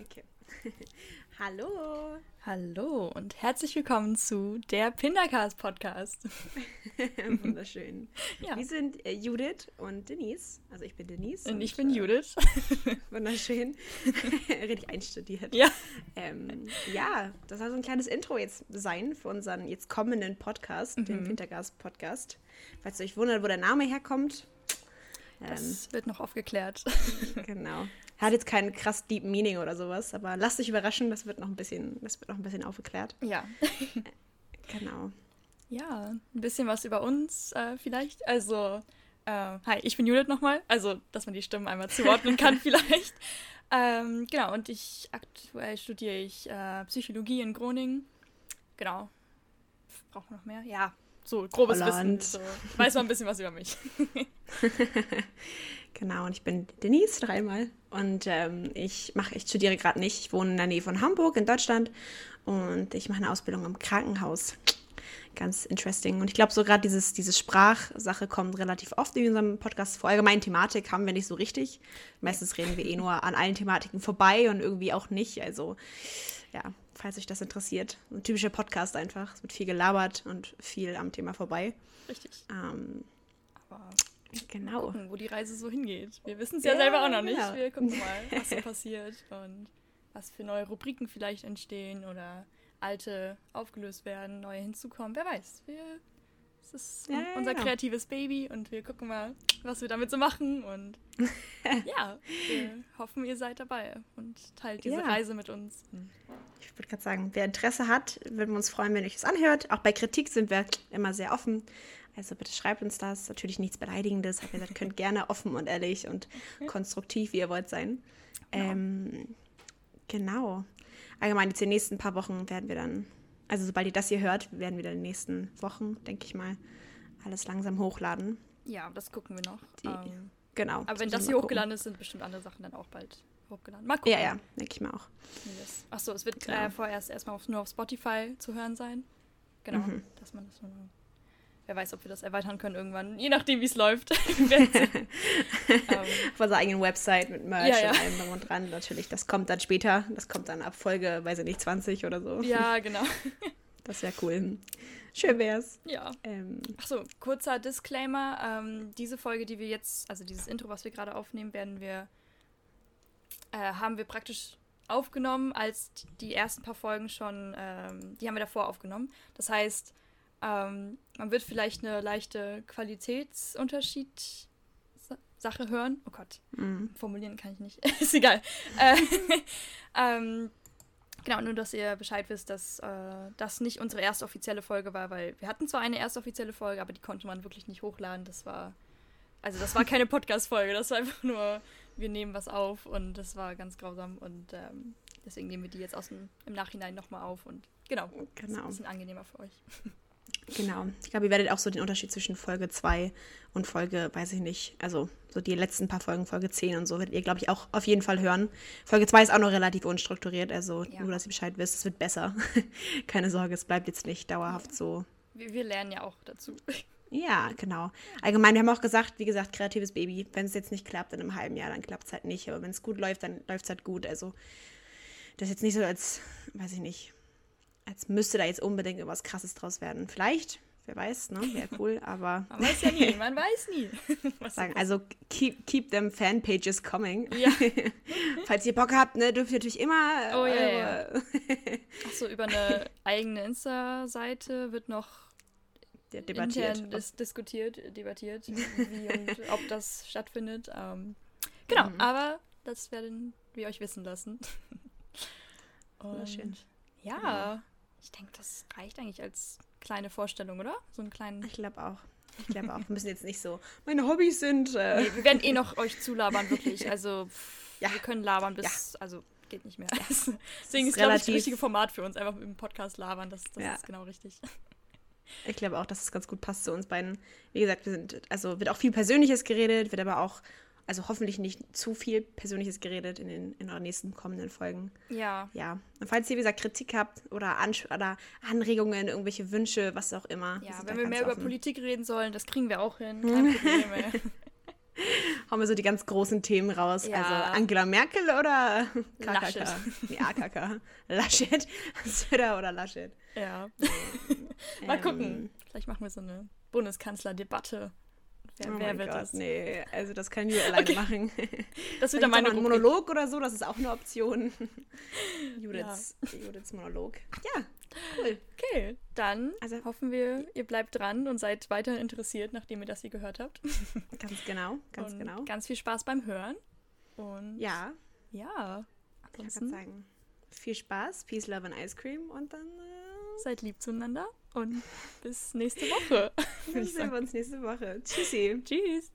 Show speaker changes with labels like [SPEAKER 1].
[SPEAKER 1] Okay. Hallo.
[SPEAKER 2] Hallo und herzlich willkommen zu der Pindercast Podcast.
[SPEAKER 1] Wunderschön.
[SPEAKER 2] Ja.
[SPEAKER 1] Wir sind äh, Judith und Denise. Also ich bin Denise.
[SPEAKER 2] Und ich bin Judith.
[SPEAKER 1] Äh, wunderschön. Richtig einstudiert.
[SPEAKER 2] ja.
[SPEAKER 1] Ähm, ja, das soll so ein kleines Intro jetzt sein für unseren jetzt kommenden Podcast,
[SPEAKER 2] Mhm.
[SPEAKER 1] den Pintergast Podcast. Falls ihr euch wundert, wo der Name herkommt. Ähm,
[SPEAKER 2] Das wird noch aufgeklärt.
[SPEAKER 1] genau. Hat jetzt keinen krass deep Meaning oder sowas, aber lasst euch überraschen, das wird noch ein bisschen, das wird noch ein bisschen aufgeklärt.
[SPEAKER 2] Ja.
[SPEAKER 1] Genau.
[SPEAKER 2] Ja, ein bisschen was über uns äh, vielleicht. Also, äh, hi, ich bin Judith nochmal. Also, dass man die Stimmen einmal zuordnen kann vielleicht. Ähm, genau, und ich aktuell studiere ich äh, Psychologie in Groningen. Genau. Braucht man noch mehr? Ja, so grobes
[SPEAKER 1] Holland.
[SPEAKER 2] Wissen. So. Weiß man ein bisschen was über mich.
[SPEAKER 1] Genau, und ich bin Denise dreimal. Und ähm, ich mache, ich studiere gerade nicht. Ich wohne in der Nähe von Hamburg in Deutschland und ich mache eine Ausbildung im Krankenhaus. Ganz interesting. Und ich glaube, so gerade dieses, diese Sprachsache kommt relativ oft in unserem Podcast vor. Allgemein Thematik haben wir nicht so richtig. Meistens reden wir eh nur an allen Thematiken vorbei und irgendwie auch nicht. Also, ja, falls euch das interessiert. Ein typischer Podcast einfach. Es wird viel gelabert und viel am Thema vorbei.
[SPEAKER 2] Richtig.
[SPEAKER 1] Ähm,
[SPEAKER 2] Aber
[SPEAKER 1] genau.
[SPEAKER 2] gucken, wo die Reise so hingeht. Wir wissen es ja,
[SPEAKER 1] Ja,
[SPEAKER 2] selber auch noch nicht.
[SPEAKER 1] genau.
[SPEAKER 2] Wir gucken mal, was so passiert und was für neue Rubriken vielleicht entstehen oder alte aufgelöst werden, neue hinzukommen. Wer weiß. Wir, es ist
[SPEAKER 1] Ja, ja,
[SPEAKER 2] unser
[SPEAKER 1] genau.
[SPEAKER 2] kreatives Baby und wir gucken mal, was wir damit so machen. Und ja, wir hoffen, ihr seid dabei und teilt diese
[SPEAKER 1] Ja. Hm.
[SPEAKER 2] Reise mit uns.
[SPEAKER 1] Ich würde gerade sagen, wer Interesse hat, würden wir uns freuen, wenn ihr euch das anhört. Auch bei Kritik sind wir immer sehr offen. Also bitte schreibt uns das. Natürlich nichts Beleidigendes, aber ihr seid- könnt gerne offen und ehrlich und konstruktiv, wie ihr wollt, sein. Ähm, genau. Allgemein jetzt in den nächsten paar Wochen werden wir dann, also sobald ihr das hier hört, werden wir dann in den nächsten Wochen, denke ich mal, alles langsam hochladen.
[SPEAKER 2] Ja, das gucken wir noch.
[SPEAKER 1] Die-
[SPEAKER 2] Ähm,
[SPEAKER 1] Genau.
[SPEAKER 2] aber wenn
[SPEAKER 1] müssen
[SPEAKER 2] das
[SPEAKER 1] wir
[SPEAKER 2] hier
[SPEAKER 1] mal gucken.
[SPEAKER 2] hochgeladen ist, sind bestimmt andere Sachen dann auch bald hochgeladen. Mal gucken.
[SPEAKER 1] Ja, ja, denke ich mal auch.
[SPEAKER 2] Achso, es wird
[SPEAKER 1] Genau.
[SPEAKER 2] äh, vorerst erstmal auf, nur auf Spotify zu hören sein. Genau,
[SPEAKER 1] Mhm.
[SPEAKER 2] dass man das nur. Wer weiß, ob wir das erweitern können irgendwann, je nachdem, wie es läuft. Wer weiß. ähm,
[SPEAKER 1] auf unserer eigenen Website mit Merch
[SPEAKER 2] Ja, ja.
[SPEAKER 1] und allem drum und dran. Natürlich, das kommt dann später. Das kommt dann ab Folge, weiß ich nicht, 20 oder so.
[SPEAKER 2] ja, genau.
[SPEAKER 1] Das wäre cool. Schön wär's.
[SPEAKER 2] Ja.
[SPEAKER 1] Ähm,
[SPEAKER 2] Achso, kurzer Disclaimer. Ähm, diese Folge, die wir jetzt, also dieses Intro, was wir gerade aufnehmen, werden wir, äh, haben wir praktisch aufgenommen, als die ersten paar Folgen schon, ähm, die haben wir davor aufgenommen. Das heißt, ähm, man wird vielleicht eine leichte Qualitätsunterschied-Sache hören. Oh Gott,
[SPEAKER 1] mm,
[SPEAKER 2] formulieren kann ich nicht. Ist egal. Äh, ähm, genau, nur dass ihr Bescheid wisst, dass äh, das nicht unsere erste offizielle Folge war, weil wir hatten zwar eine erste offizielle Folge, aber die konnte man wirklich nicht hochladen. Das war. Also das war keine Podcast-Folge, das war einfach nur, wir nehmen was auf und das war ganz grausam und ähm, deswegen nehmen wir die jetzt aus dem, im Nachhinein nochmal auf und genau, das ist ein
[SPEAKER 1] genau,
[SPEAKER 2] bisschen angenehmer für euch.
[SPEAKER 1] genau. Ich glaube, ihr werdet auch so den Unterschied zwischen Folge 2 und Folge, weiß ich nicht, also so die letzten paar Folgen, Folge 10 und so, werdet ihr, glaube ich, auch auf jeden Fall hören. Folge 2 ist auch noch relativ unstrukturiert, also
[SPEAKER 2] Ja.
[SPEAKER 1] nur, dass ihr Bescheid wisst, es wird besser. Keine Sorge, es bleibt jetzt nicht dauerhaft so
[SPEAKER 2] Wir, wir lernen ja auch dazu.
[SPEAKER 1] Ja, genau. Allgemein, wir haben auch gesagt, wie gesagt, kreatives Baby. Wenn es jetzt nicht klappt in einem halben Jahr, dann klappt es halt nicht. Aber wenn es gut läuft, dann läuft es halt gut. Also das ist jetzt nicht so als, weiß ich nicht, als müsste da jetzt unbedingt irgendwas Krasses draus werden. Vielleicht, wer weiß, ne? Wäre cool, aber
[SPEAKER 2] Man weiß ja nie, man weiß nie. Was
[SPEAKER 1] sagen, also keep, keep them Fanpages coming.
[SPEAKER 2] Ja.
[SPEAKER 1] Falls ihr Bock habt, ne, dürft ihr natürlich immer
[SPEAKER 2] Oh, ja,
[SPEAKER 1] eure-
[SPEAKER 2] Achso, über eine eigene Insta-Seite wird noch
[SPEAKER 1] Ja, debattiert.
[SPEAKER 2] intern dis diskutiert, debattiert, wie und ob das stattfindet. Ähm, genau,
[SPEAKER 1] Mhm.
[SPEAKER 2] aber das werden wir euch wissen lassen.
[SPEAKER 1] Wunderschön.
[SPEAKER 2] Und Ja,
[SPEAKER 1] Genau.
[SPEAKER 2] ich denke, das reicht eigentlich als kleine Vorstellung, oder? So einen kleinen.
[SPEAKER 1] Ich glaube auch. Ich glaube auch. Wir müssen jetzt nicht so, meine Hobbys sind. Äh,
[SPEAKER 2] Nee, wir werden eh noch euch zulabern, wirklich. Also, pff,
[SPEAKER 1] Ja.
[SPEAKER 2] wir können labern bis. Also, geht nicht mehr.
[SPEAKER 1] ist
[SPEAKER 2] Deswegen ist, glaube ich, das
[SPEAKER 1] relativ-
[SPEAKER 2] richtige Format für uns. Einfach im Podcast labern, das, das
[SPEAKER 1] Ja.
[SPEAKER 2] ist genau richtig.
[SPEAKER 1] Ich glaube auch, dass es ganz gut passt zu uns beiden. Wie gesagt, wir sind, also wird auch viel Persönliches geredet, wird aber auch, also hoffentlich nicht zu viel Persönliches geredet in den in euren nächsten kommenden Folgen.
[SPEAKER 2] Ja.
[SPEAKER 1] Ja. Und falls ihr, wie gesagt, Kritik habt oder, Ansch oder Anregungen, irgendwelche Wünsche, was auch immer.
[SPEAKER 2] Ja,
[SPEAKER 1] sind da
[SPEAKER 2] wenn wir
[SPEAKER 1] ganz
[SPEAKER 2] mehr über
[SPEAKER 1] offen.
[SPEAKER 2] Politik reden sollen, das kriegen wir auch hin. Kein Problem, ey.
[SPEAKER 1] hauen wir so die ganz großen Themen raus.
[SPEAKER 2] Ja.
[SPEAKER 1] Also Angela Merkel oder KKK?
[SPEAKER 2] Laschet.
[SPEAKER 1] Ja, KK. Laschet. Söder oder Laschet.
[SPEAKER 2] Ja. Mal
[SPEAKER 1] Ähm.
[SPEAKER 2] gucken. Vielleicht machen wir so eine Bundeskanzlerdebatte. Wer,
[SPEAKER 1] oh
[SPEAKER 2] wer
[SPEAKER 1] mein
[SPEAKER 2] wird
[SPEAKER 1] Gott,
[SPEAKER 2] das?
[SPEAKER 1] nee. Also das kann Jude alleine
[SPEAKER 2] Okay.
[SPEAKER 1] machen.
[SPEAKER 2] Das wird
[SPEAKER 1] Wieder
[SPEAKER 2] dann meine
[SPEAKER 1] meine ein
[SPEAKER 2] Rubrik.
[SPEAKER 1] Monolog oder so, das ist auch eine Option. Judiths, Judiths Monolog. Ja, cool.
[SPEAKER 2] Okay, dann
[SPEAKER 1] Also-
[SPEAKER 2] hoffen wir, ihr bleibt dran und seid weiterhin interessiert, nachdem ihr das hier gehört habt.
[SPEAKER 1] Ganz genau, ganz
[SPEAKER 2] und
[SPEAKER 1] genau.
[SPEAKER 2] Ganz viel Spaß beim Hören. Und
[SPEAKER 1] Ja,
[SPEAKER 2] ja,
[SPEAKER 1] ich kann
[SPEAKER 2] ansonsten
[SPEAKER 1] sagen. Viel Spaß, Peace, Love and Ice Cream und dann äh,
[SPEAKER 2] seid lieb zueinander und bis nächste Woche. würde ich
[SPEAKER 1] sehen
[SPEAKER 2] sagen.
[SPEAKER 1] wir uns nächste Woche. Tschüssi.
[SPEAKER 2] Tschüss.